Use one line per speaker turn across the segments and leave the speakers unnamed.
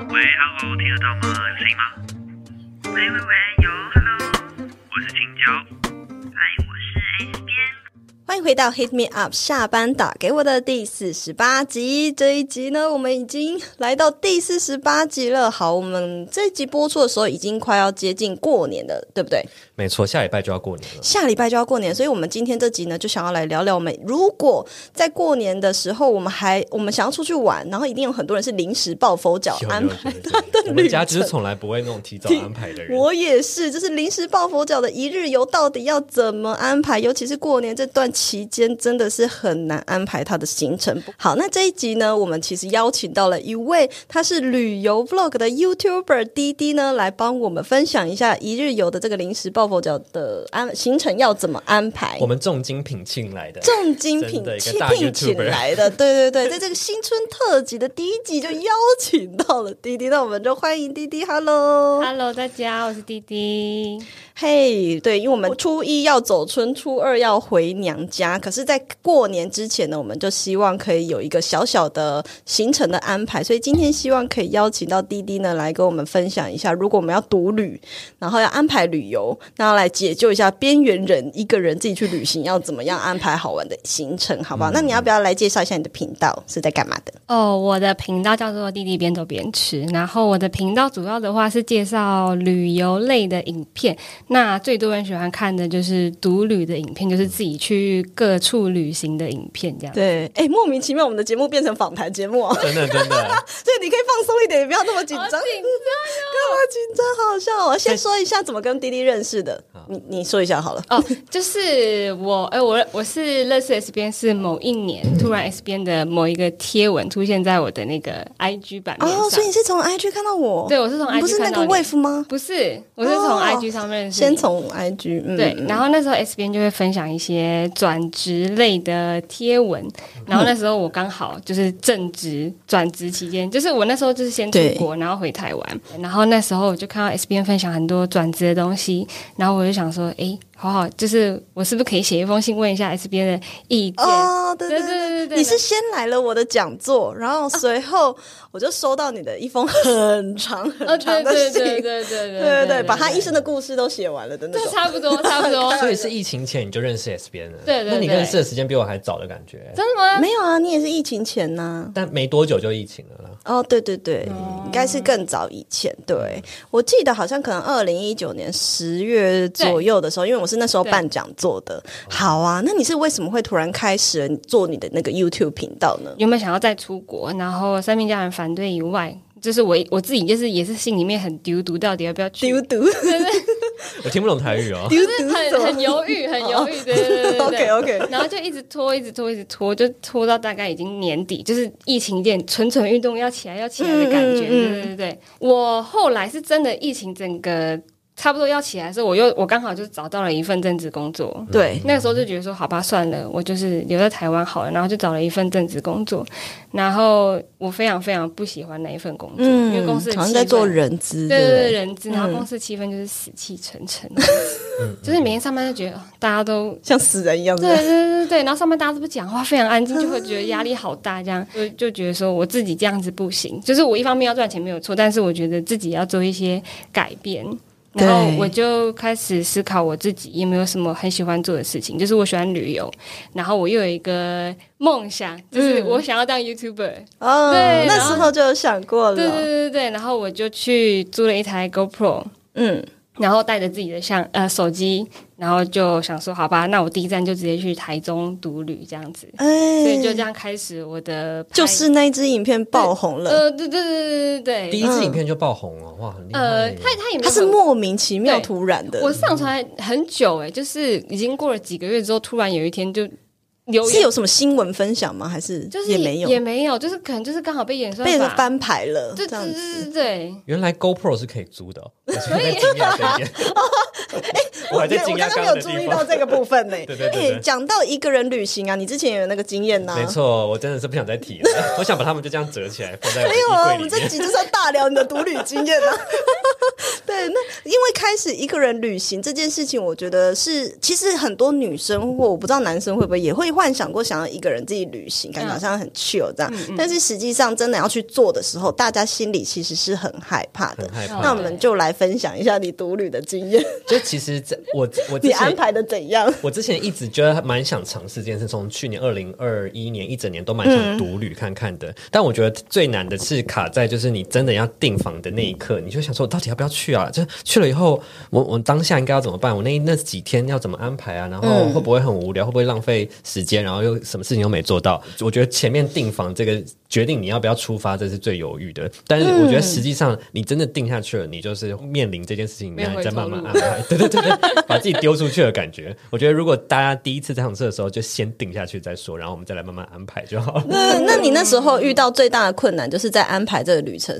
Hello，听得到吗？有声音吗？喂喂喂，有，Hello，我是青椒。嗨，我是 S 边。
欢迎回到《Hit Me Up》下班打给我的第四十八集。这一集呢，我们已经来到第四十八集了。好，我们这一集播出的时候，已经快要接近过年了，对不对？
没错，下礼拜就要过年了。
下礼拜就要过年，所以我们今天这集呢，就想要来聊聊我们如果在过年的时候，我们还我们想要出去玩，然后一定有很多人是临时抱佛脚
有有有
啊安排
有
他的
我
旅
们家就是从来不会那种提早安排的人。
我也是，就是临时抱佛脚的一日游，到底要怎么安排？尤其是过年这段期间，真的是很难安排它的行程。好，那这一集呢，我们其实邀请到了一位，他是旅游 vlog 的 YouTuber 滴滴呢，来帮我们分享一下一日游的这个临时抱佛脚的安行程要怎么安排
我。们重金聘请来的，
重金聘
真的一个
聘
大
聘请
YouTuber
来的，对对对，在这个新春特辑的第一集就邀请到了滴滴，那我们就欢迎滴滴，Hello。
Hello，大家，我是滴滴。
嘿对，因为我们初一要走春，初二要回娘家，可是，在过年之前呢，我们就希望可以有一个小小的行程的安排，所以今天希望可以邀请到滴滴呢来跟我们分享一下，如果我们要独旅，然后要安排旅游，那要来解救一下边缘人一个人自己去旅行要怎么样安排好玩的行程，好不好？那你要不要来介绍一下你的频道是在干嘛的？
哦、我的频道叫做“弟弟边走边吃”，然后我的频道主要的话是介绍旅游类的影片。那最多人喜欢看的就是独旅的影片，就是自己去各处旅行的影片，这样。
对，哎，莫名其妙，我们的节目变成访谈节目、啊，
真的真的，
所以你可以放松一点，也不要那么紧张。干嘛紧张？好好笑哦！先说一下怎么跟滴滴认识的，你你说一下好了。
哦，就是我，哎、我我是认识 S 边是某一年，突然 S 边的某一个贴文出现在我的那个 IG 版面上。
哦，所以你是从 IG 看到我？
对，我是从
你
IG
不是那
看到
个
你
Wave 吗？
不是，我是从
哦
IG 上面认识
先
你的。
从 IG，嗯，
对，
嗯
然后那时候 S 边就会分享一些转职类的贴文，
嗯
然后那时候我刚好就是正职转职期间，就是我那时候就是先出
对
国，然后回台湾，然后那时候我就看到 S 边分享很多转职的东西，然后我就想说，诶，好好，就是我是不是可以写一封信问一下 S 边的意见？
哦，对
对对
对
对对
你是先来了我的讲座，然后随后我就收到你的一封很长
哦，
很
对
长的
对
信，
对对
对
对 对
对对，把他一生的故事都写完了的那
对
种。
差 不多差不多，
所以是疫情前你就认识 S 边了。
对对对
那你认识的时间比我还早的感觉，
真的吗？
没有啊，你也是疫情前呐、
但没多久就疫情了啦。
哦，对对对，应该是更早以前。
嗯
对我记得好像可能二零一九年十月左右的时候，因为我是那时候办讲座
哦
的。好啊，那你是为什么会突然开始做你的那个 YouTube 频道呢？
原本想要再出国，然后三名家人反对以外，就是我我自己就是也是心里面很丢毒，到底要不要去，啊
丢毒，
我听不懂台语哦
丢
就是
毒
很很犹豫，很犹
哦
豫，对对对
OK
对
OK，
对。然后就一直拖，一直拖，一直拖，就拖到大概已经年底，就是疫情有点蠢蠢欲动，要起来要起来的感觉。
嗯嗯嗯
对对对对，我后来是真的疫情整个差不多要起来的时候，我又我刚好就找到了一份正职工作，
对，
那个时候就觉得说，好吧，算了，我就是留在台湾好了，然后就找了一份正职工作，然后我非常非常不喜欢那一份工作，
嗯，
因为公司的
好像
气
在
氛
做人资，
对对
不
对人资，然后
嗯
公司气氛就是死气沉沉，就是每天上班就觉得、哦大家都。
像死人一样
对
的。
对对对对，然后上班大家都不讲话，非常安静，就会觉得压力好大，这样就就觉得说我自己这样子不行。就是我一方面要赚钱没有错，但是我觉得自己要做一些改变。然后
对
我就开始思考我自己有没有什么很喜欢做的事情，就是我喜欢旅游，然后我又有一个梦想，就是我想要当 YouTuber、
哦，
对
那
然后
时候就有想过
对对对
了。
对对，然后我就去租了一台 GoPro，
嗯，
然后带着自己的相呃手机，然后就想说，好吧，那我第一站就直接去台中独旅这样子，
哎，
所以就这，样开始我的拍
就是那一支影片爆红了。
呃，对对对对对
第
对，
一支影片就爆红哦，哇，很厉害
呃，
耶。
他他也没
它
有
是
很
莫名其妙
对
突然的，
我上传很久哎、就是已经过了几个月之后，突然有一天就留
是
言，
有什么新闻分享吗？还是
哦就是
也没有
也没有，就是可能就是刚好被演算
被人
法，
翻牌了
对
这样
对
子？
对对对，
原来 GoPro 是可以 租的哦，我现在在惊讶这一点。我还在惊
我
讶
刚刚没
刚
有
的
注
地
意到
方。
这个部 分呢、欸。
对对对对
讲到一个人旅行啊，你之前也有那个经验呐、
没。错，我真的是不想再提了，我想把它们就这样折起来放在我的
没有啊，我
衣柜
们
里
这
面。
集就是要大聊你的独旅经验啊。对，那因为开始一个人旅行这件事情，我觉得是其实很多女生或我不知道男生会不会也会幻想过想要一个人自己旅行，
嗯
感觉好像很 chill 这样。但是实际上真的要去做的时候，大家心里其实是很害怕的
很。害怕。
那我们就来分享一下你独旅的经 验，
就其实在我我之
你安
前
排的怎样？
我之前一直觉得蛮想尝试这件事，从去年二零二一年一整年都蛮
嗯
想独旅看看的。但我觉得最难的是卡在就是你真的要订房的那一刻，你就想说我到底要不要去啊？就是去了以后，我我当下应该要怎么办？我那那几天要怎么安排啊？然
嗯
后会不会很无聊？会不会浪费时间？然后又什么事情都没做到？我觉得前面订房这个决定你要不要出发，这是最犹豫的。但是
嗯
我觉得实际上你真的定下去了，你就是面临这件事情，
没有
然后你再
回头
慢慢
路
安排。 对对对对，把自己丢出去的感觉。我觉得如果大家第一次尝试的时候，就先定下去再说，然后我们再来慢慢安排就好。
那那你那时候遇到最大的困难，就是在安排这个旅程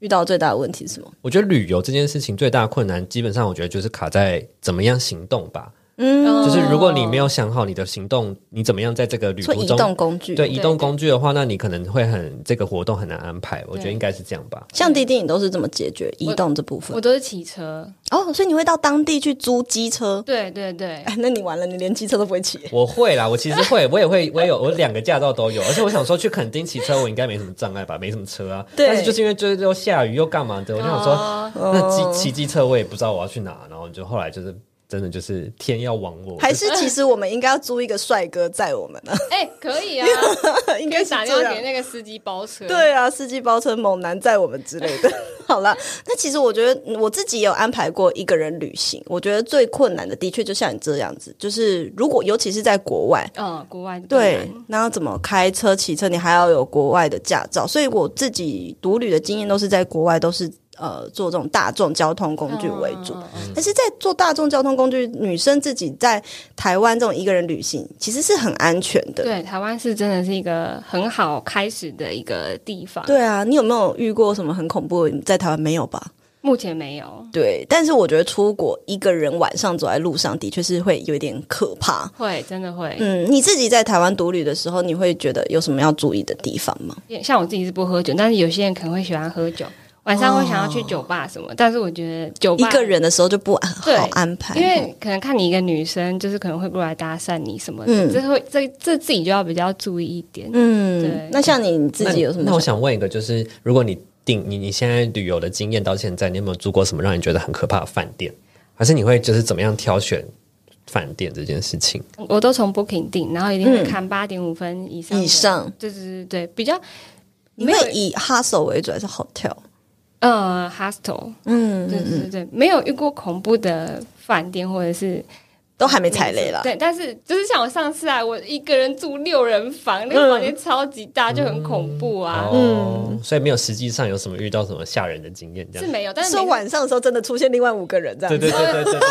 遇到最大的问题是什么？
我觉得旅游这件事情最大的困难，基本上我觉得就是卡在怎么样行动吧。
嗯哦
就是如果你没有想好你的行动，你怎么样在这个旅
说
途
移
中
动工具，
对移动工具的话，那你可能会很这个活动很难安排。我觉得应该是这样吧。
像弟弟，你都是怎么解决移
我
动这部分
我？都是骑车，
哦，所以你会到当地去租机车？
对对对，
哎，那你完了，你连机车都不会骑。
我会啦，我其实会，我也会，我也有，我两个驾照都有，而且我想说去垦丁骑车，我应该没什么障碍吧，没什么车啊。
对
但是就是因为就是又下雨又干嘛的，我就想说，
哦
那骑骑机车我也不知道我要去哪，然后就后来就是真的就是天要亡我，
还是其实我们应该要租一个帅哥载我们呢、
哎、可以啊，
啊？应
可
该
以
是
打电
这
话给
样。
那个司机包车。
对啊，司机包车猛男载我们之类的。 好了，那其实我觉得我自己有安排过一个人旅行，我觉得最困难的的确就像你这样子，就是如果尤其是在国外，
嗯，国外的
对，那要怎么开车、骑车？你还要有国外的驾照，所以我自己独旅的经验都是在国外，都是呃坐这种大众交通工具为主。
嗯嗯
但是在坐大众交通工具，女生自己在台湾这种一个人旅行，其实是很安全的。
对，台湾是真的是一个很好开始的一个地方。，
对啊，你有没有遇过什么很恐怖的？在台湾没有吧？
目前没有，
对，但是我觉得出国一个人晚上走在路上，的确是会有一点可怕。
会真的会。
嗯，你自己在台湾独旅的时候，你会觉得有什么要注意的地方吗？
像我自己是不喝酒，但是有些人可能会喜欢喝酒，晚上会想要去酒吧什么。但是我觉得酒
哦一
吧
个，人的时候就不安
对
好安排，
因为可能看你一个女生，就是可能会过来搭讪你什么的，
嗯
这会这这自己就要比较注意一点。
嗯
对，
那像你自己有什么
那？那我
想？
想问一个，就是如果你订你你现在旅游的经验到现在，你有没有住过什么让你觉得很可怕的饭店？还是你会就是怎么样挑选饭店这件事情？
我都从 Booking 订，然后一定会看八点五分以上的
嗯以，上，
就是对比较
你
没有
会以 hustle 为主还是 hotel？
呃 hostel，
嗯，
对对对对，没有遇过恐怖的饭店或者是
都还没踩雷啦。
对，但是就是像我上次啊，我一个人住六人房，
嗯
那个房间超级大，就很恐怖啊。
哦，所以没有实际上有什么遇到什么吓人的经验这
是
样。
没有，但是
说
每次
晚上的时候真的出现另外五个人这
对
样，
对对对对对对。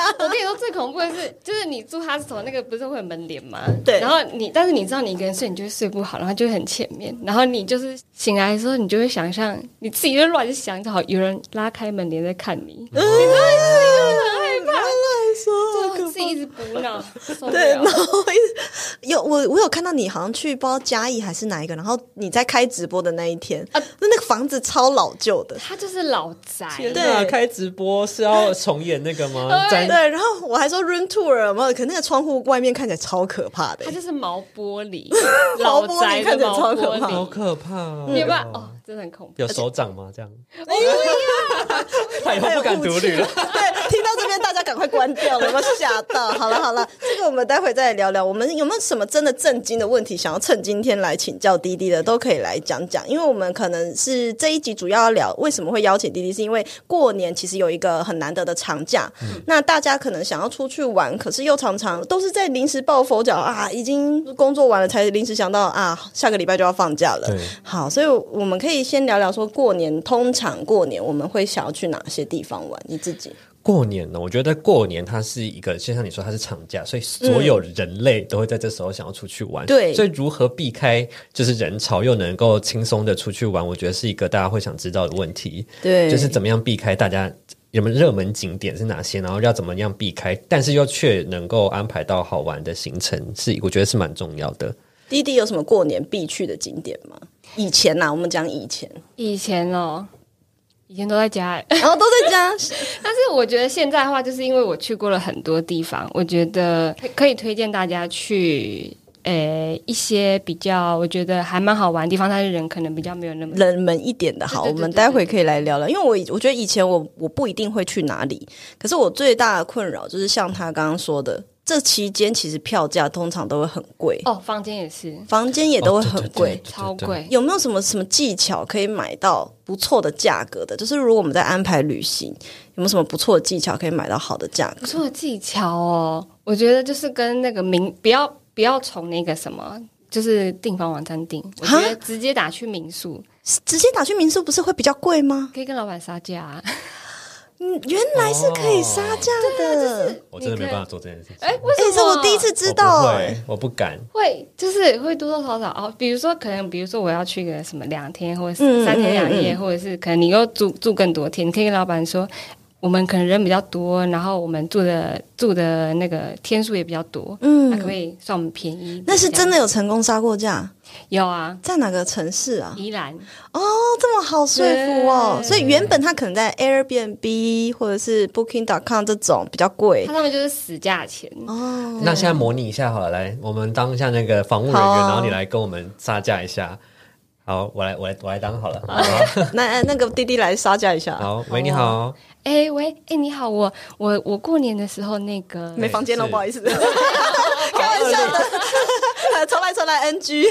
我跟你说最恐怖的是，就是你住 hostel 那个不是会有门帘吗？
对
然后你，但是你知道你一个人睡，你就会睡不好，然后就会很浅眠，然后你就是醒来的时候，你就会想象你自己就乱想，好有人拉开门帘在看 你，
嗯，很害怕，
就
乱
是
说，
自己一直补脑，受不
对，
了
然。后一直有我，我有看到你好像去不知道嘉义还是哪一个，然后你在开直播的那一天，
啊
那那个房子超老旧的，
他就是老宅，
天
对
哪！开直播是要重演那个吗？在
对
对，然后我还说 room tour 有没有？可那个窗户外面看起来超可怕的
它，就是毛玻璃，
毛
老
玻璃
宅
看起
的
来超
毛
可
玻
怕
好
璃，
可怕哦！
你有没有？哦，真的很恐怖。
有手掌吗？这样？ 他以后不敢独
还
立
有
了
雾。气对，听到这边大家赶快关掉了，有没有吓到？好了好了，这个我们待会再来聊聊。我们有没有什么真的震惊的问题，想要趁今天来请教滴滴的，都可以来讲讲。因为我们可能是这一集主要要聊为什么会邀请滴滴，是因为过年其实有一个很难得的长假，那大家可能想要出去玩，可是又常常都是在临时抱佛脚啊，已经工作完了才临时想到啊，下个礼拜就要放假了。
对
好，所以我们可以先聊聊说过年，通常过年我们会想要去哪些地方玩？你自己
过年呢，我觉得过年它是一个，就像你说它是长假，所以所有人类都会在这时候想要出去玩。
对
所以如何避开就是人潮，又能够轻松的出去玩，我觉得是一个大家会想知道的问题。
对
就是怎么样避开大家有没有热门景点是哪些，然后要怎么样避开，但是又却能够安排到好玩的行程，是我觉得是蛮重要的。
滴滴有什么啊过年必去的景点吗？以前呐、我们讲以前，
以前哦，以前都在家、 欸，
然后哦都在家，
但是我觉得现在的话，就是因为我去过了很多地方，我觉得可以推荐大家去。呃、一些比较我觉得还蛮好玩的地方，但是人可能比较没有那么
冷门一点的好，
对对对
我们待会可以来聊聊。因为我以我觉得以前我我不一定会去哪里，可是我最大的困扰就是像他刚刚说的，这期间其实票价通常都会很贵，
哦，房间也是
房间也都会很贵。
超。贵，
有没有什么什么技巧可以买到不错的价格的？就是如果我们在安排旅行，有没有什么不错的技巧可以买到好的价
不
格？
错的技巧哦。我觉得就是跟那个民不要不要从那个什么，就是订房网站订，我觉得直接打去民宿，
直接打去民宿不是会比较贵吗？
可以跟老板杀啊价、
嗯，原来是可以杀价的，
我真的没办法做这件事情。
哎、为什
哎、
么？
这我第一次知道、
我不
哎
会，我不敢。
会就是会多多少少哦，比如说可能，比如说我要去个什么两天，或
嗯
者是三天两夜，
嗯嗯
或者是可能你又住住更多天，你可以跟老板说，我们可能人比较多，然后我们住的住的那个天数也比较多，那可不可
嗯，
以算我们便宜一点？
那是真
这
的
样
有成功杀过价，
有啊，
在哪个城市啊？
宜兰
哦，这么好说服哦！
嗯对
所以原本他可能在 Airbnb 或者是 Booking.com 这种比较贵
它上面就是死价钱，
哦，
那现在模拟一下好了，来，我们当一下那个防务人员，
好啊
然后你来跟我们杀价一下。好，我来，我来，我来当好了。好
那那个弟弟来杀价一下，
好，喂，你好，
哎、喂，哎、你好，我我我过年的时候那个
没房间了，
是
不好意思， 开玩笑的， 重来重来 NG。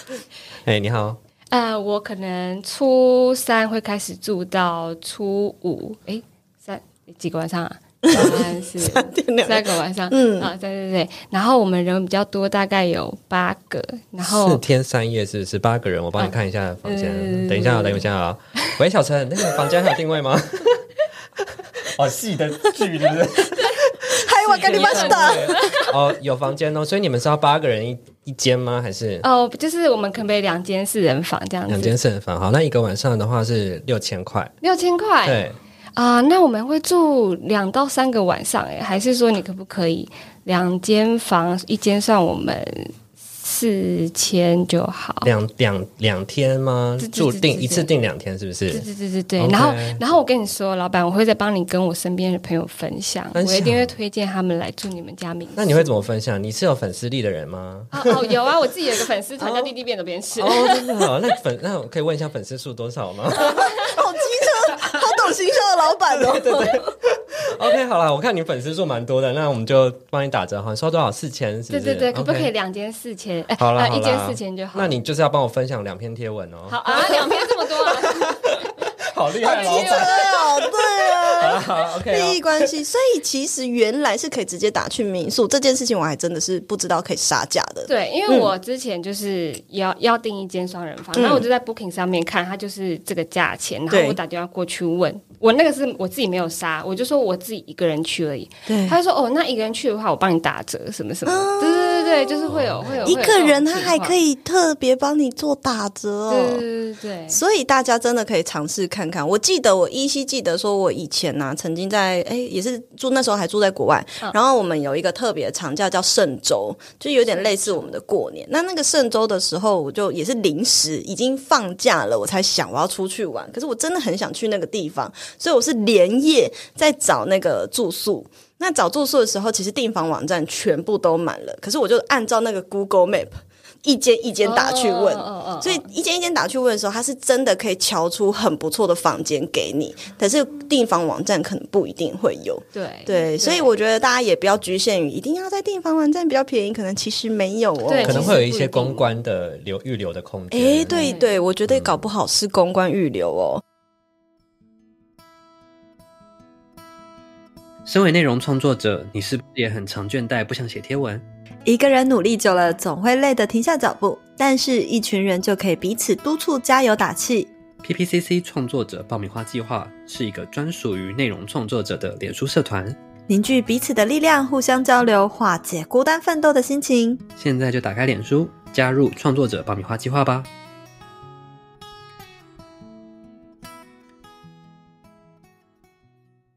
哎，你好，
呃，我可能初三会开始住到初五，诶，三几个晚上啊？三四
天哪
三个晚上，
嗯
嗯啊，对对对。然后我们人比较多，大概有八个。然
四
后
天三夜是十八个人，我帮你看一下房间。
嗯
等一下，等一下啊！喂，小陈，那个房间还有定位吗？ 哦，戏的剧是不是？
嗨，我啊跟你们打，
哦，有房间哦，所以你们是要八个人一一间吗？还是
哦，就是我们可不可以两间四人房这样
两
子？
间四人房？好，那一个晚上的话是六千块。
六千块
对，
啊、那我们会住两到三个晚上，诶，还是说你可不可以两间房，一间算我们四千就好？
两两两天吗
对？对
住
对
定
对
一次
对
定两天是不是
对？对对对对
OK
然后然后我跟你说，老板，我会再帮你跟我身边的朋友分享，
分享
我一定会推荐他们来住你们家民宿。
那你会怎么分享？你是有粉丝力的人吗？
哦哦，有啊，我自己有一个粉丝 团叫弟弟变得变吃
哦，，真的 哦，那粉那我可以问一下粉丝数多少吗
好机车，好懂行销的老板哦。
？OK，好啦，我看你粉丝数蛮多的，那我们就帮你打折，好像说多少四千是不
对
是？
对对，可不可以
OK？
两间四千？哎，
好啦，
啊
好啦
一间四千就好。
那你就是要帮我分享两篇贴文哦
好，啊，两篇这么多 啊，
好厉害，老
机车
板。
哦，对
好
啊。
啦好啦，OK
利
哦
益关系，所以其实原来是可以直接打去民宿这件事情，我还真的是不知道可以杀价的。
对，
嗯
因为我之前就是要、要订一间双人房，然后我就在 Booking 上面看，它就是这个价钱，然后
对
我打电话过去问，我那个是我自己没有杀，我就说我自己一个人去而已。
对
他就说哦，那一个人去的话，我帮你打折什么什么。对对对对，就是会有会有
一个人他还可
以。
以特别帮你做打折
对
哦。
对对对
所以大家真的可以尝试看看。我记得我依稀记得，说我以前呐、曾经在哎，也是住那时候还住在国外，然后我们有一个特别的长假叫圣周，就有点类似我们的过年。那那个圣周的时候，我就也是临时已经放假了，我才想我要出去玩，可是我真的很想去那个地方，所以我是连夜在找那个住宿。那找住宿的时候，其实订房网站全部都满了，可是我就按照那个 Google Map 一间一间打去问，
哦哦哦哦
所以一间一间打去问的时候，它是真的可以瞧出很不错的房间给你，但是订房网站可能不一定会有。
对
对，所以我觉得大家也不要局限于一定要在订房网站比较便宜，可能其实没有哦。
对
可能
其
会
实嗯
有一
不
些
一定
公关的留预留的空间。
哎，对对，我觉得搞不好是公关预留哦。
身为内容创作者，你是不是也很常倦怠，不想写贴文？
一个人努力久了，总会累得停下脚步，但是一群人就可以彼此督促、加油打气。
PPCC 创作者爆米花计划是一个专属于内容创作者的脸书社团，
凝聚彼此的力量，互相交流，化解孤单奋斗的心情。
现在就打开脸书，加入创作者爆米花计划吧。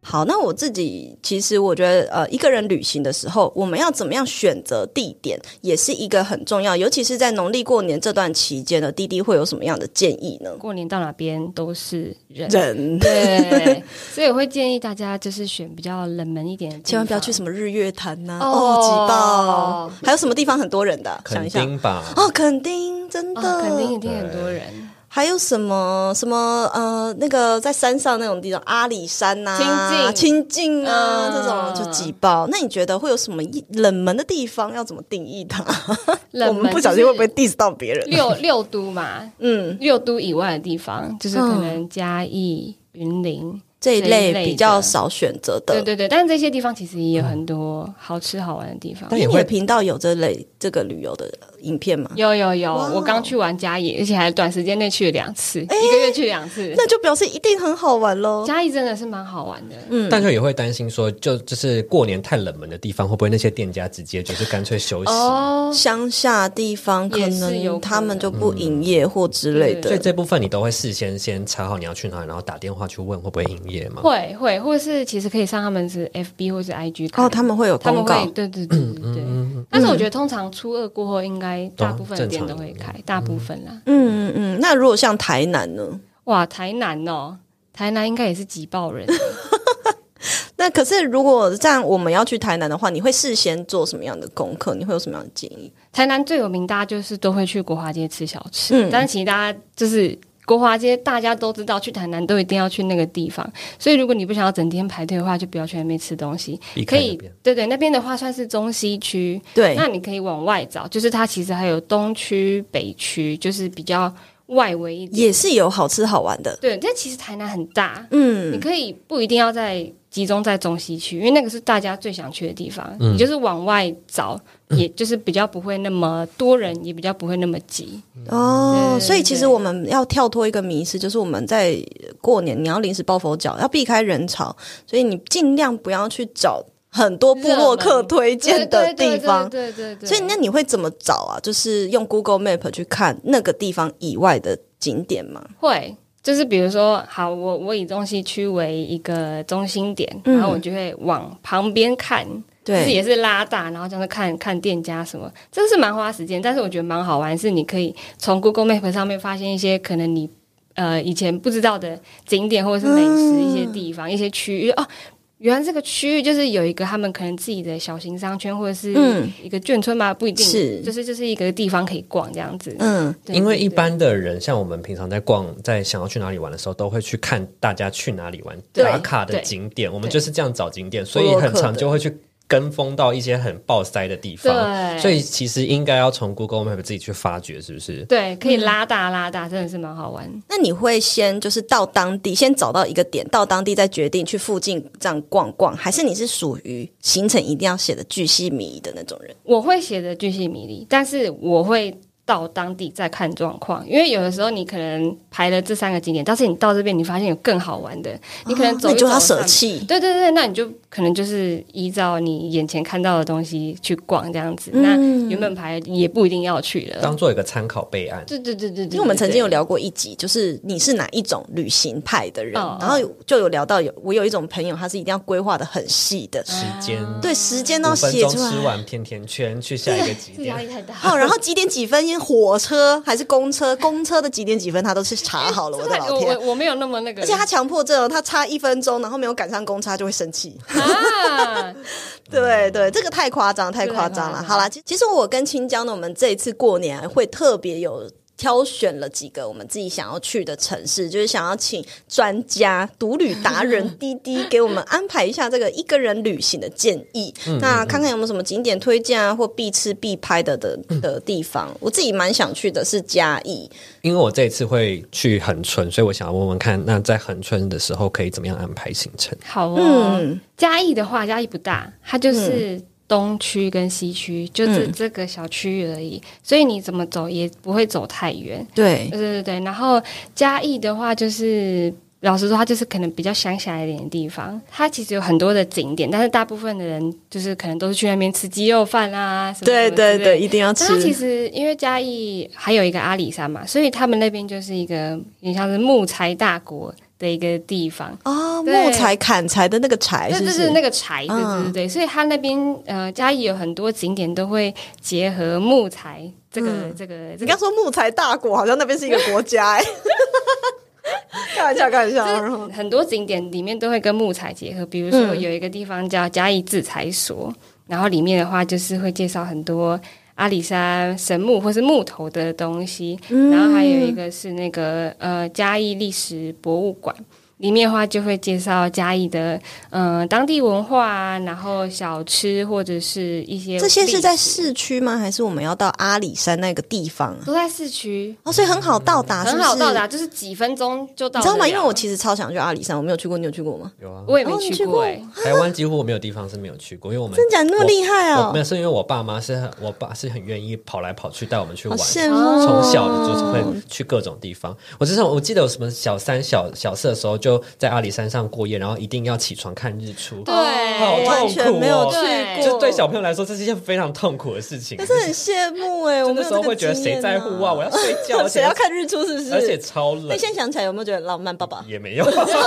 好，那我自己其实我觉得，呃，一个人旅行的时候，我们要怎么样选择地点，也是一个很重要，尤其是在农历过年这段期间呢，弟弟会有什么样的建议呢？
过年到哪边都是人，
人
对，所以我会建议大家就是选比较冷门一点的地方，
千万不要去什么日月潭呐、
哦
哦，挤爆，还有什么地方很多人的啊？想
肯
一下，
定吧？
哦，垦丁真的，
哦，肯定一定很多人。
还有什么什么呃，那个在山上那种地方，阿里山呐、
清境
清境啊，
嗯
这种就挤爆。那你觉得会有什么一冷门的地方？要怎么定义它？
冷
我
门
们不小心会不会 diss 到别人？
六六都嘛，
嗯，
六都以外的地方，就是可能嘉义、云林
这一类
这一类的
比较少选择的。
对对对，但是这些地方其实也有很多好吃好玩的地方。
但也
你的
会
频道有这类这个旅游的影片吗？
有有有，
哇哦
我刚去完嘉义，而且还短时间内去了两次，一个月去两次。
那就表示一定很好玩喽。
嘉义真的是蛮好玩的，
但就也会担心说，就就是过年太冷门的地方，会不会那些店家直接就是干脆休息？
哦，
乡下地方可
也是有
能
可能嗯
他们就不营业或之类
对
的
所以，这部分你都会事先先查好你要去哪里，然后打电话去问会不会营业嘛？
会会，或是其实可以上他们是 FB 或是 IG 看
哦，他们会有
他
公
们
告
会，对对对对对。但是我觉得通常初二过后，应该大部分的店都会开，大部分啦。
嗯嗯嗯。那如果像台南呢？
哇，台南哦，台南应该也是挤爆人。
那可是，如果这样我们要去台南的话，你会事先做什么样的功课？你会有什么样的建议？
台南最有名，大家就是都会去国华街吃小吃，
嗯
但是其实大家就是。国华街大家都知道，去台南都一定要去那个地方，所以如果你不想要整天排队的话，就不要去那边吃东西。
避开
可
那
以
边，
对对，那边的话算是中西区，
对
那你可以往外找，就是它其实还有东区、北区，就是比较外围一点。
也是有好吃好玩的。
对，但其实台南很大，你
嗯，
可以不一定要在集中在中西区，因为那个是大家最想去的地方。你就是往外找，也就是比较不会那么多人，也比较不会那么挤。
哦，
对
所以其实我们要跳脱一个迷失，就是我们在过年你要临时抱佛脚，要避开人潮，所以你尽量不要去找很多部落客推荐的地方。
对对对对对对
所以那你会怎么找啊？就是用 Google Map 去看那个地方以外的景点吗？
会。就是比如说，好，我我以中西区为一个中心点，
嗯
然后我就会往旁边看，就是
对，
也是拉大，然后这样子看看店家什么，这是蛮花时间，但是我觉得蛮好玩，是你可以从 Google Map 上面发现一些可能你呃以前不知道的景点或者是美食一些地
嗯
方、一些区域哦。原来这个区域就是有一个他们可能自己的小型商圈或者是
嗯
一个眷村吧，不一定
是
就是就是一个地方可以逛这样子。
嗯，
对
因为
对
一
对
般的人，像我们平常在逛，在想要去哪里玩的时候，都会去看大家去哪里玩
对
打卡的
对
景点，我们
对
就是这样找景点，所以
洛克
很常
的
就会去跟风到一些很爆塞的地方。
对
所以其实应该要从 Google Map 自己去发掘，是不是？
对，可以
嗯
拉大拉大，真的是蛮好玩。
那你会先就是到当地，先找到一个点，到当地再决定去附近这样逛逛，还是你是属于行程一定要写的巨细靡遗的那种人？
我会写的巨细迷离，但是我会到当地再看状况，因为有的时候你可能排了这三个景点，但是你到这边你发现有更好玩的，你可能走
啊那
一走、
你就要舍。弃。
对对对，那你就可能就是依照你眼前看到的东西去逛这样子，
嗯
那原本排也不一定要去了
当。做一个参考备案。
对对对对对，
因为我们曾经有
对
聊过一集，就是你是哪一种旅行派的人，
哦
然后就有聊到有我有一种朋友，他是一定要规划的很细的，
嗯
时间
对时间
五
都
分
写
钟
出
吃
来。
完甜甜圈，去下一个景
这压力
点。
太大。
哦，然后几点几分？因为火车还是公车？公车的几点几分？他都是查好 了。我的老天！
我我没有那么那个，
而且他强迫症哦，他差一分钟，然后没有赶上公差就会生气。
啊，
对对，这个太夸张，太夸张了。
对
好啦，其其实我跟青椒呢，我们这一次过年会特别有。挑选了几个我们自己想要去的城市，就是想要请专家、独旅达 人滴滴给我们安排一下这个一个人旅行的建议。那看看有没有什么景点推荐啊，或必吃必拍的的的地方。我自己蛮想去的是嘉义，
因为我这一次会去恒春，所以我想要问问看，那在恒春的时候可以怎么样安排行 程？
好哦。
嗯，
嘉义的话，嘉义不大，它就是东区跟西区，就
嗯
这、这个小区域而已，所以你怎么走也不会走太远。
对
对对对，然后嘉义的话就是。老实说，它就是可能比较乡下一点的地方。它其实有很多的景点，但是大部分的人就是可能都是去那边吃鸡肉饭啊，什么
对
什么之
对
类的
对，一定要吃
但。它其实因为嘉义还有一个阿里山嘛，所以他们那边就是一个有点像是木材大国的一个地方。
哦，
对
木材砍柴的那个柴
对
是不
对
是
对，那个柴，对对
嗯
对对，所以它那边呃，嘉义有很多景点都会结合木材这个、这个这
嗯你
个
刚说木材大国，好像那边是一个国家 哎、开玩笑，开玩笑。然后
很多景点里面都会跟木材结合，比如说
嗯
有一个地方叫嘉义制裁所，然后里面的话就是会介绍很多阿里山神木或是木头的东西，
嗯
然后还有一个是那个呃嘉义历史博物馆。里面的话就会介绍嘉义的，呃，当地文化啊，然后小吃或者是一些
这些是在
历史
市区吗？还是我们要到阿里山那个地方啊？
都在市区，
哦，所以很好到达，是
嗯很
不
好
是？
到达，就是几分钟就到
你知
得了。
道吗？因为我其实超想去阿里山，我没有去过，你有去过吗？
有啊，
我也没
哦你去
去
过
过哎、
台湾几乎我没有地方是没有去过，因为我们
真假那么厉害
我
哦
没，有，是因为我爸妈是很我爸是很愿意跑来跑去带我们去
好
玩，
羡慕哦！
从小的就是会去各种地方。我之前我记得有什么小三小小四的时候，就在阿里山上过夜，然后一定要起床看日出。
对，
好
我
痛
完全没
哦
有去
对
过，
就对小朋友来说，这是一件非常痛苦的事情。
但是很羡慕哎、我
就
没
那
有
时
这
候
个
会觉得
经验、
谁在 乎啊？我要睡觉，而且
谁要看日出是不是？
而且超冷
那，现在想起来有没有觉得很浪漫？爸爸
也没有。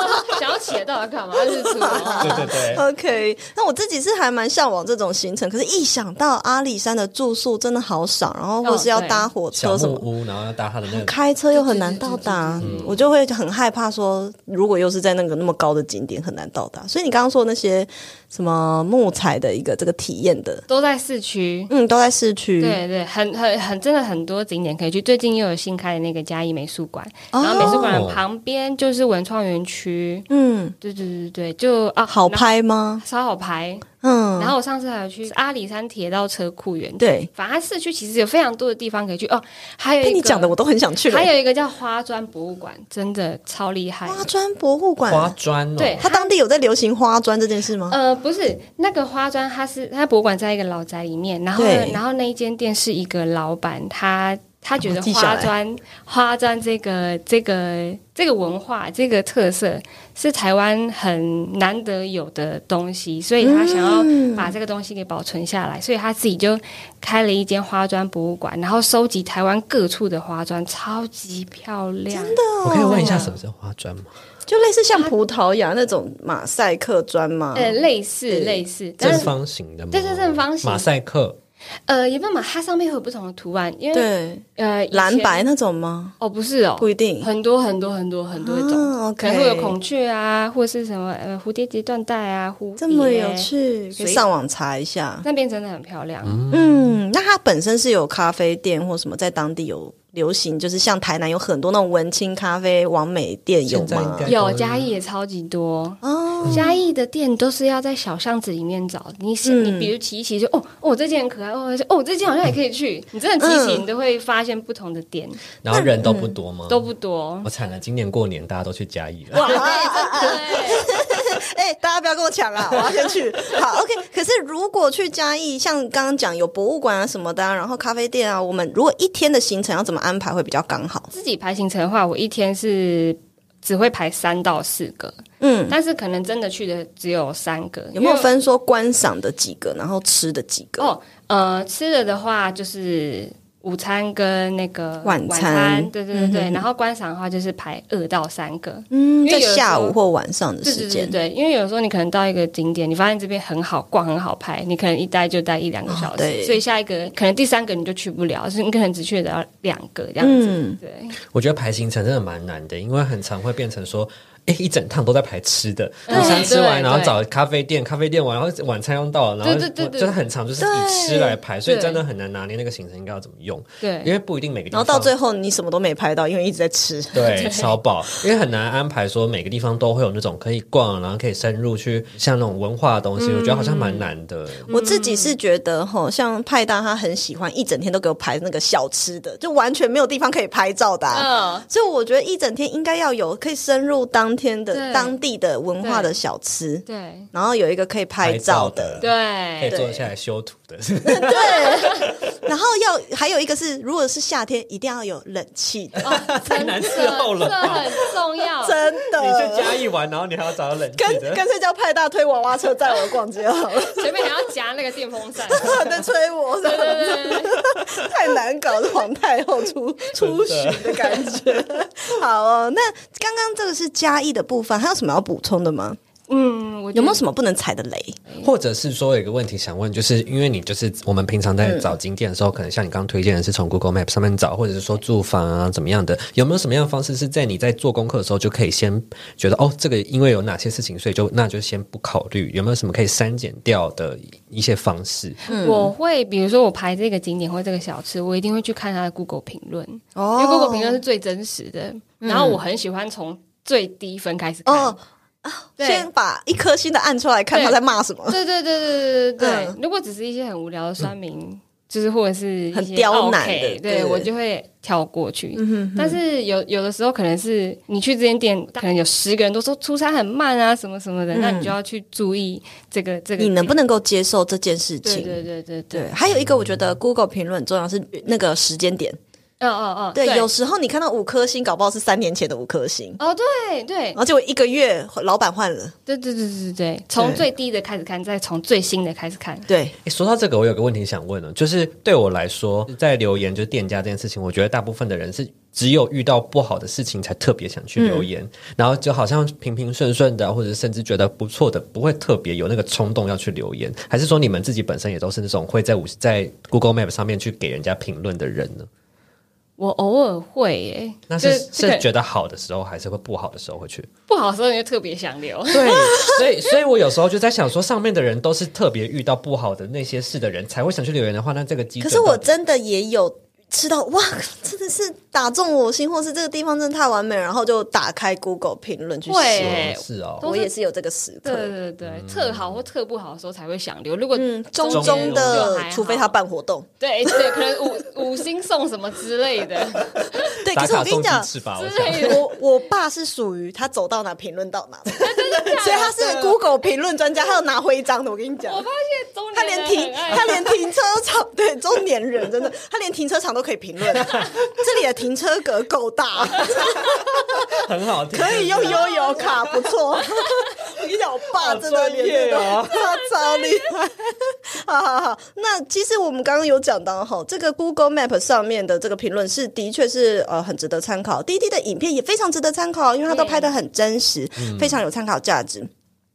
想要起来到底干嘛？日出哦
对对对，
OK，那我自己是还蛮向往这种行程，可是一想到阿里山的住宿真的好少，然后或是
哦
要搭火
小
车什
木
么。
屋，然后要搭他的那个。
开车又很难到达
对对对对，
我就会很害怕说，如果又是在那个那么高的景点很难到达。所以你刚刚说那些什么木材的一个这个体验的，
都在市区。
嗯，都在市区。
对对，很很很，真的很多景点可以去。最近又有新开的那个嘉义美术馆，
哦
然后美术馆旁边就是文创园区。
嗯，
对对对对，就啊，
好，拍吗？
超好拍。
嗯，
然后我上次还有去阿里山铁道车库园区，
对，
反正市区其实有非常多的地方可以去哦。还有一
被
个
你讲的我都很想去了。
还有一个叫花砖博物馆，真的超厉害。
花砖博物
花
馆，
砖哦，
对
它当地有在流行花砖这件事吗？
呃，不是那个花砖，它是它博物馆在一个老宅里面，然后呢
对
然后那一间店是一个老板，他他觉得
记下
花
来
砖花砖这个这个这个文化这个特色是台湾很难得有的东西，所以他想要把这个东西给保存下
嗯
来，所以他自己就开了一间花砖博物馆，然后收集台湾各处的花砖，超级漂亮，真的
哦
我可以问一下什么是花砖吗？
就类似像葡萄牙那种马赛克砖吗？
呃，类似
嗯对
类似，但
正
是
方形的吗？
对对正方形
马赛克
呃，也不嘛，它上面会有不同的图案，因为
对，
呃，以前
蓝白那种吗？
哦，不是哦，
不一定
很多很多很多很多种，
啊，OK
可能会有孔雀啊，或是什么呃蝴蝶结缎带啊，蝴蝶
这么有，趣，可
随
以上网查一下。
那边真的很漂亮。
嗯，那它本身是有咖啡店或什么，在当地有流行，就是像台南有很多那种文青咖啡、完美店有
现在
吗
应？该
有嘉义也超级多，
嗯哦，
嘉义的店都是要在小巷子里面找。你是、
嗯
你比如骑一骑就哦哦这件很可爱，哦哦这件好像也可以去。你真的骑一骑，
嗯
你都会发现不同的点，
然后人都不多吗？
嗯都不多。
我惨了，今年过年大家都去嘉义了。
哇，对，真的
哎、大家不要跟我抢啦， 我要先去。好，OK。可是如果去嘉义，像刚刚讲有博物馆啊什么的、啊，然后咖啡店啊，我们如果一天的行程要怎么安排会比较刚好？
自己排行程的话，我一天是只会排三到四个，
嗯，
但是可能真的去的只有三个，
有没有
因为？
分说观赏的几个，然后吃的几个？
哦，呃，吃的的话就是午餐跟那个
晚餐
餐，对对对对，然后观赏的话就是排二到三个。
嗯，
因为
在
有的时
下
候
午或晚上的
对
时
对对
间。
对，因为有时候你可能到一个景点，你发现这边很好逛、很好拍，你可能一待就待一两个小
哦
时，
对
所以下一个可能第三个你就去不了，所以你可能只去得了两个这样子。
嗯，
对，
我觉得排行程真的蛮难的，因为很常会变成说，哎，一整趟都在排吃的，午餐吃完，
对
然后找咖啡店，咖啡店完，然后晚餐又到了，然后
对对对对
就是很常就是以吃来排，所以
对
真的很难拿捏那个行程应该要怎么用，
对
因为不一定每个地
然后
方。
到最后你什么都没拍到，因为一直在吃。
嗯
对，超饱，因为很难安排说每个地方都会有那种可以逛，然后可以深入去像那种文化的东西，我觉得好像蛮难的。
我自己是觉得吼，像派大他很喜欢一整天都给我拍那个小吃的，就完全没有地方可以拍照的啊、
嗯，
所以我觉得一整天应该要有可以深入当天的
对
当地的文化的小吃，
对
然后有一个可以拍照的，
可以
对
坐下来修图的，
然后要还有一个是，如果是夏天一定要有冷气
哦
的，
太难伺候了
这
吧。
很重要。
真
你
的。
去嘉义玩，然后你还要找冷气
跟
的，
干脆叫派大推娃娃车载我逛街好了，
前面还要夹那个电风扇。
他在催我。
对对对对对
太难搞的皇太后出出巡的感觉。好哦，那刚刚这个是嘉义的部分，还有什么要补充的吗？
嗯，我
有没有
么？
什么不能踩的雷？
或者是说有一个问题想问，就是因为你就是我们平常在找景点的时候，可能像你刚刚推荐的是从 Google Map 上面找，或者是说住房啊怎么样的，有没有什么样的方式是在你在做功课的时候就可以先觉得哦，这个因为有哪些事情，所以就那就先不考虑，有没有什么可以删减掉的一些方式？
嗯
我会比如说我排这个景点或这个小吃，我一定会去看它的 Google 评论，
哦
嗯因为 Google 评论是最真实的。然后我很喜欢从最低分开始看。
哦，
对
先把一颗星的按出来，看
对
他在骂什么。
对对对对对对对。
嗯
如果只是一些很无聊的酸民，就是或者是一些
很刁难的
OK，
对
对
对嗯
我就会跳过去。但是有有的时候可能是你去这间店，可能有十个人都说出餐很慢啊什么什么的，那你就要去注意这个这
嗯
个
你
点。
能不能够接受这件事
对
情？
对对对
对
对，
还有一个我觉得 Google 评论很重要是那个时间点。
嗯嗯嗯，
对，有时候你看到五颗星，搞不好是三年前的五颗星，
哦，对对
然后结果一个月老板换了。
对对对对对，从最低的开始看，再从最新的开始看。
对，
诶说到这个，我有个问题想问了，哦就是对我来说，在留言就是店家这件事情，我觉得大部分的人是只有遇到不好的事情才特别想去
嗯
留言，然后就好像平平顺顺的，或者甚至觉得不错的，不会特别有那个冲动要去留言，还是说你们自己本身也都是那种会在五在 Google Map 上面去给人家评论的人呢？
我偶尔会耶，
那是
就是
觉得好的时候，还是会不好的时候 会去？
不好的时候你就特别想留。
对， 所以所以我有时候就在想说，上面的人都是特别遇到不好的那些事的人才会想去留言的话，那这个基
可
准
是我
到底
真的也有吃到哇，真的是打中我心，或是这个地方真的太完美，然后就打开 Google 评论去
会
写。
耶
是哦，
都
欸我
是
也是有这个时
对
刻。
对对，特好或特不好的时候才会想留。如果
嗯，中
中
中
就
的
还，好
除非他办活动，
对对，可能五五星送什么之 类的
对。哎可
打
是我跟
卡
你
送鸡
讲，
翅吧，我
之
想。
类的，
我我爸是属于他走到哪评论 到哪，所以他是 Google 评论专家，他有拿徽章的。我跟你讲，
我发现中
他
年
连
人
停
很
他
爱。
连停车场， 对中年人真的，他连停车场都可以评 论。这里的停车格够大，
很好听，
可以用悠游卡， 不错。
哦
我跟你讲，我爸真的连这个
好 专业哦
他超厉害。好好好，那其实我们刚刚有讲到哈，这个 Google Map 上面的这个评论是的确是呃很值得参考，滴滴的影片也非常值得参考，因为它都拍的很真实，
嗯
非常有参考价值。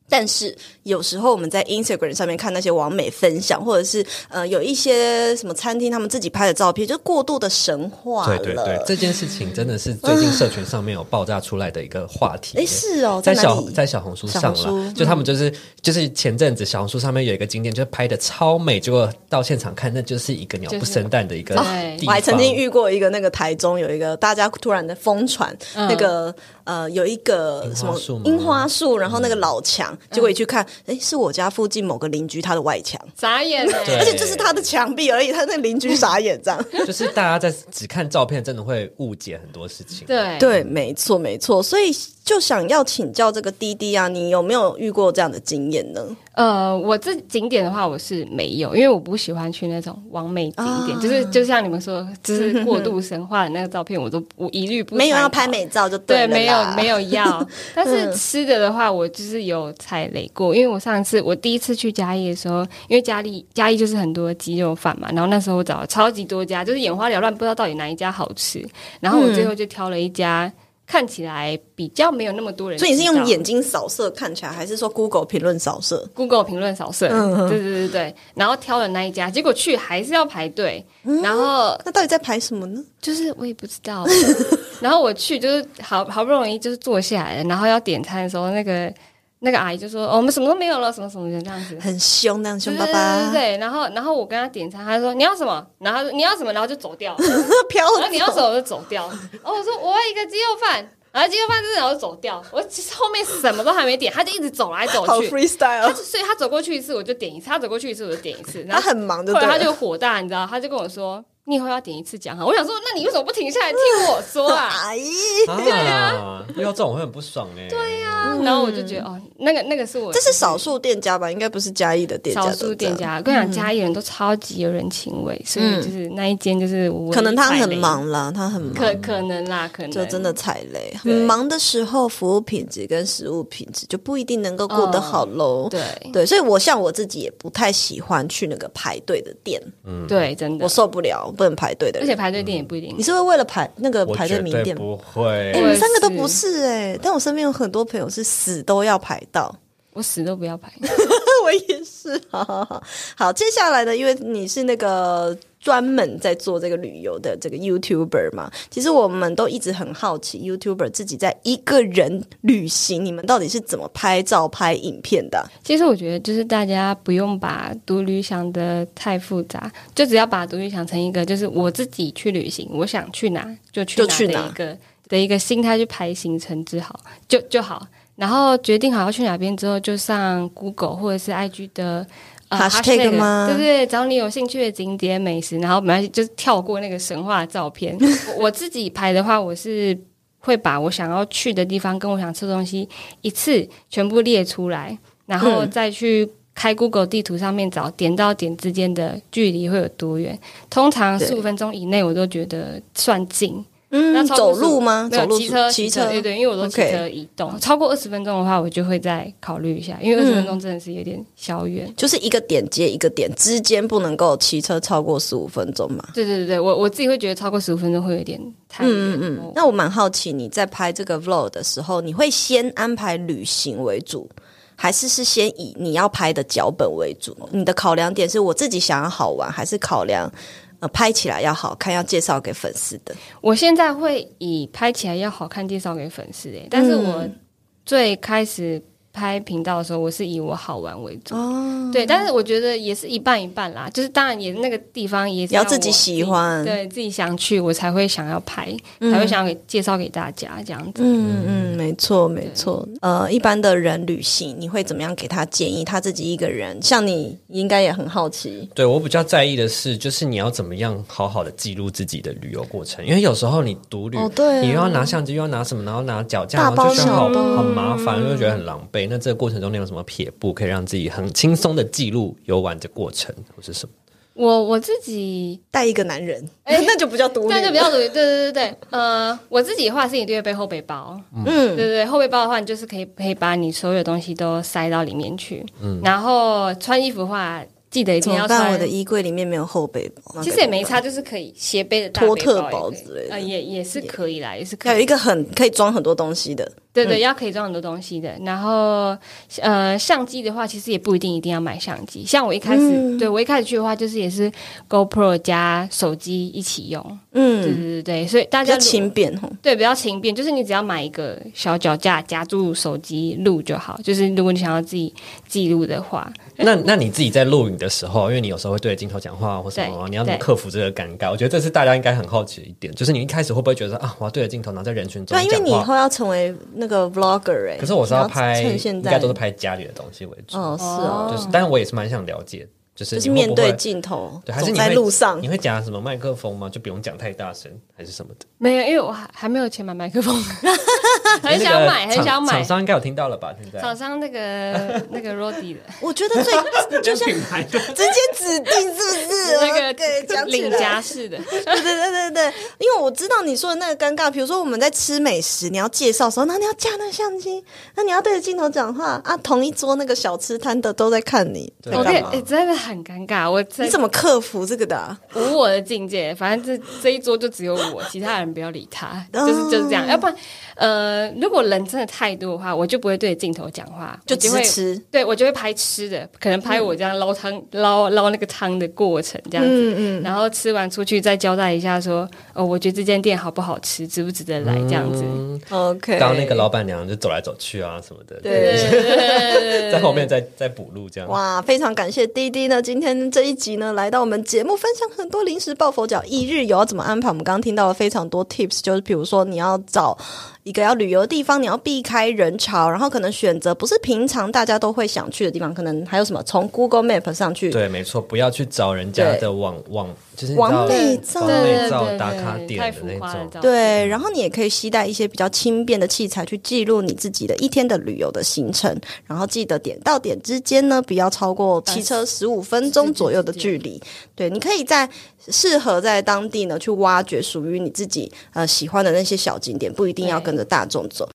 但是有时候我们在 Instagram 上面看那些网美分享，或者是呃有一些什么餐厅他们自己拍的照片，就过度的神化了。
对对对，这件事情真的是最近社群上面有爆炸出来的一个话题。
哎是哦，
在
哪
小
里
在小红书上
小红
啦
书，嗯
就他们就是就是前阵子小红书上面有一个景点，就拍的超美，结果到现场看，那就是一个鸟不生蛋的一个
就是对
地
我还曾经
方
遇过一个那个台中有一个大家突然的疯传，
嗯
那个呃有一个什么
樱花树吗
樱花树，然后那个老墙，
嗯
结果一去看，哎，是我家附近某个邻居他的外墙，
眨眼欸
对
而且就是他的墙壁而已，他那邻居傻眼这 样。
就是大家在只看照片，真的会误解很多事情。
对
对，啊没错没错，所以就想要请教这个滴滴啊，你有没有遇过这样的经验呢？
呃，我这景点的话，我是没有，因为我不喜欢去那种完美景
啊
点，就是就像你们说，就是过度神话的那个照片，我都我一律不
没有
参
要
考
拍美照就
对，
了啦嗯
没有没有 要。但是吃的的话，我就是有踩雷过，因为我上次我第一次去嘉义的时候，因为嘉义嘉义就是很多鸡肉饭嘛，然后那时候我找了超级多家，就是眼花缭乱，不知道到底哪一家好吃。然后我最后就挑了一家、看起来比较没有那么多人知
所
道，
以你是用眼睛扫射看起来，还是说 Google 评论扫射？
Google 评论扫射，
嗯
对对对对，然后挑了那一家，结果去还是要排队，
嗯
然后
那到底在排什么呢？
就是我也不知道。然后我去就是好好不容易就是坐下来了，然后要点餐的时候，那个那个阿姨就说、哦我们什么都没有了，什么什么的这样子。
很凶，那样凶
对
巴
对
巴，
对对，对然后然后我跟他点餐，他就说你要什么，然后他说你要什么，然后就走掉，然
飘
后你要
走
走我就走掉，然后我说我要一个鸡肉饭，然后鸡肉饭就是然后就走掉，我其实后面什么都还没点，他就一直走来走
好
去，
freestyle，
他
哦
就所以他走过去一次我就点一次，他走过去一次我就点一次，然
他
后
很忙就
后
对
来
了，
他就火大，你知道，他就跟我说：“你以后要点一次讲好。”我想说，那你为什 么不停下来听我说啊？
哎，
啊，遇到这种我会很不爽哎。对呀，
啊，然后我就觉得哦，那个那个是我
这是少数店家吧？应该不是嘉义的店家，
少数店。家，跟你讲，嘉义人都超级有人情味，所以就是那一间就是我
可能他
踩
很
雷，
忙啦，他很忙，
可可能啦，可能
就真的踩雷。很
对
忙的时候，服务品质跟食物品质就不一定能够过得好喽。
嗯对
对，所以我像我自己也不太喜欢去那个排队的店，
对，真的
我，受不了，我不能排队的
而且
人。
排队店也不一定
你。是会为了排那个
我
排队
绝
名
对
店吗？
不会
哎、
我
我们
也
三个都
是
不是哎、但我身边有很多朋友是死都要排到。
我死都不要排。
我也是， 好好好。好，接下来呢，因为你是那个专门在做这个旅游的这个 YouTuber 嘛，其实我们都一直很好奇 YouTuber 自己在一个人旅行，你们到底是怎么拍照、拍影片的啊？
其实我觉得，就是大家不用把独旅想的太复杂，就只要把独旅想成一个，就是我自己去旅行，我想去哪就去
就去
哪
哪
的一个的一个心态去排行程之好就就好。然后决定好要去哪边之后，就上 Google 或者是 IG 的。呃
Hashtag 吗
对不对？找你有兴趣的景点、美食，然后没关系，就是跳过那个神话照片。我我自己拍的话，我是会把我想要去的地方跟我想吃的东西一次全部列出来，然后
嗯
再去开 Google 地图上面找点到点之间的距离会有多远。通常
对
十五分钟以内，我都觉得算近。那
嗯，
超过
走路吗？
没有
走路
骑车，
骑
车，对对，因为我都骑
OK
车移动。超过二十分钟的话，我就会再考虑一下，因为二
嗯
十分钟真的是有点小远。
就是一个点接一个点之间不能够骑车超过十五分钟嘛。
对对对对，我我自己会觉得超过十五分钟会有点太远。哦
嗯嗯嗯。那我蛮好奇，你在拍这个 vlog 的时候，你会先安排旅行为主，还是是先以你要拍的脚本为主？你的考量点是我自己想要好玩，还是考量呃拍起来要好看，要介绍给粉丝的？
我现在会以拍起来要好看介绍给粉丝诶、但
嗯
是我最开始拍频道的时候，我是以我好玩为主。
哦
对，但是我觉得也是一半一半啦，就是当然也那个地方也是
要
让
自己
我
喜欢
对自己想去，我才会想要拍，才会想要给介绍给大家这样子。
嗯嗯，没错没错。呃，一般的人旅行，你会怎么样给他建议？他自己一个人，像你应该也很好奇。
对我比较在意的是，就是你要怎么样好好的记录自己的旅游过程，因为有时候你独旅，
哦对啊
你又要拿相机，又要拿什么，然后拿脚
大
架，然后就觉得
包
好
小包
很麻烦，就觉得很狼狈。那这个过程中，你有什么撇步可以让自己很轻松的记录游玩的过程，或是什么？
我我自己
带一个男人， 那就不叫独立，
但就比较属于对对对对，呃，我自己的话是一定会背后背包，嗯，对对对，后背包的话，你就是可以可以把你所有东西都塞到里面去，嗯，然后穿衣服的话，记得一
怎
定
么
要
办？
穿
我。的衣柜里面没有后背包，
其实也没差，就是可以斜背的大
托
背
特
也
包
可以
之类的
呃，也也是可以啦，也是
要
可
有一嗯
以，
个很可以装很多东西的。
对对，要可以装很多东西的。然后呃，相机的话，其实也不一定一定要买相机，像我一开
嗯
始，对我一开始去的话，就是也是 GoPro 加手机一起用，对对
嗯，
对对，所以大
比
家
较
如果
轻便吼。
对，比较轻便，就是你只要买一个小脚架夹住手机录就好。就是如果你想要自己记录的话，
那那你自己在录影的时候，因为你有时候会对着镜头讲话或什么，
对
你要怎么
对
克服这个尴尬？我觉得这是大家应该很好奇的一点，就是你一开始会不会觉得啊，我要对着镜头，然后在人群中
对啊，因为
讲
你以后
话？
要成为那个 vlogger 哎、
可是我是要拍，
你趁
应
现
该
在
都是拍家里的东西为主。
哦，是哦，
就是，但是我也是蛮想了解，就是
就是
你会
面
不
对
会
镜头，
对，还是
走
你
在
会
路上
你。会讲什么麦克风吗？就不用讲太大声，还是什么的？
没有，因为我还还没有钱买麦克风， 很想
哎
买，
那个
很想
厂
买
厂。商应该有听到了吧？现
厂
在
商那个那个 Rody 的
我觉得最
就品牌的，
直接指定是不 是？
那 个
对，讲起
领
来
夹式的，
对对对对对，因为我知道你说的那个尴尬，比如说我们在吃美食，你要介绍的时候，那你要架那相机，那你要对着镜头讲话啊，同一桌那个小吃摊的都在看你，在
对
我
干
跟
嘛？
哎真的很尴尬，我真
你怎么克服这个的啊、
无我的境界，反正这这一桌就只有我，其他人不要理
啊
他，就是就是这样。要不然，呃，如果人真的太多的话，我就不会对着镜头讲话，
就
我就会
只吃
对我就会拍吃的，可能拍我这样捞汤、捞捞那个汤的过程这样子，
嗯嗯，
然后吃完出去再交代一下说，哦，我觉得这间店好不好吃，值不值得来这样子。
嗯
OK，
刚刚那个老板娘就走来走去啊什么的，
对
在后面再再补录这样。
哇，非常感谢滴滴呢，今天这一集呢，来到我们节目分享很多临时抱佛脚一日游要怎么安排。我们刚刚听到了非常多 tips，就是比如说你要找一个要旅游的地方，你要避开人潮，然后可能选择不是平常大家都会想去的地方，可能还有什么从 Google Map 上去
对，没错，不要去找人家
对
的网网，就是
往内
照、
照
往
对
内
对
照
对
打
对
卡
对
点
太
的
浮夸
那
了
种。
照片
对，然后你也可以携带一些比较轻便的器材去记录你自己的一天的旅游的行程，然后记得点到点之间呢，不要超过骑车十五分钟左右的距离。对，你可以在适合在当地呢去挖掘属于你自己呃喜欢的那些小景点，不一定要
对
跟着大众走。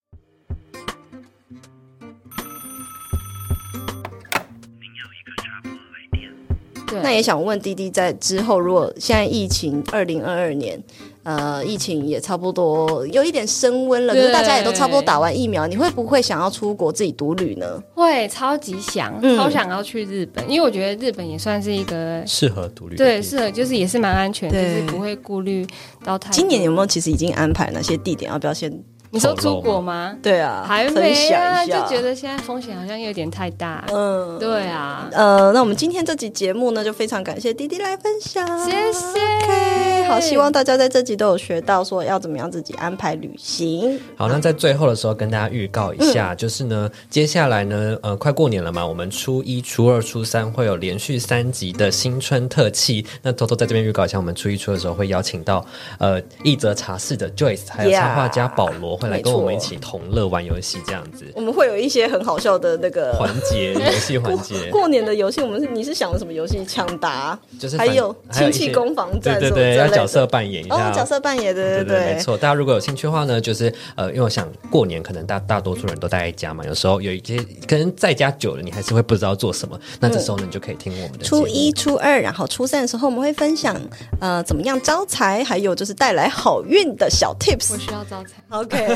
对，
那也想问滴滴，在之后如果现在疫情二零二二年，呃，疫情也差不多有一点升温了，可是大家也都差不多打完疫苗，你会不会想要出国自己独旅呢？
会超级想，
嗯
超想要去日本，因为我觉得日本也算是一个
适合独立的
对
地
适合，就是也是蛮安全，就
对
是不会顾虑到太多。
今年有没有其实已经安排哪些地点？要不要先？
你说出国吗？
对啊，
还
分
没
享
啊，
一
就
下。
觉得现在风险好像有点太大。
嗯，
对啊，
呃，那我们今天这集节目呢，就非常感谢滴滴来分享，
谢谢
OK，好，希望大家在这集都有学到说要怎么样自己安排旅行。
好，那在最后的时候跟大家预告一下，
嗯
就是呢，接下来呢，呃，快过年了嘛，我们初一、初二、初三会有连续三集的新春特辑。那偷偷在这边预告一下，我们初一、初二的时候会邀请到呃一则茶室的 Joyce，还有
Yeah，
插画家保罗会来跟我们
没
一
错
起同乐玩游戏这样子
我们会有一些很好笑的那个
环节，游戏环节。
过年的游戏，我们是你是想了什么游戏？抢答，
就是
还
反
有亲
一
戚
些
攻防战
对
什么
对
之类
对，
的
要角色扮演一下，
哦，角色扮演，对
对
对
对，没错。大家如果有兴趣的话呢，就是呃，因为我想过年可能大大多数人都待在家嘛，有时候有一些可能在家久了，你还是会不知道做什么。那这时候呢，你就可以听我们的
初
节目
一、初二，然后初三的时候，我们会分享呃怎么样招财，还有就是带来好运的小 tips
我。需要招财。
OK，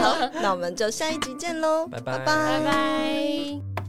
好，那我们就下一集见喽，
拜拜
拜
拜拜。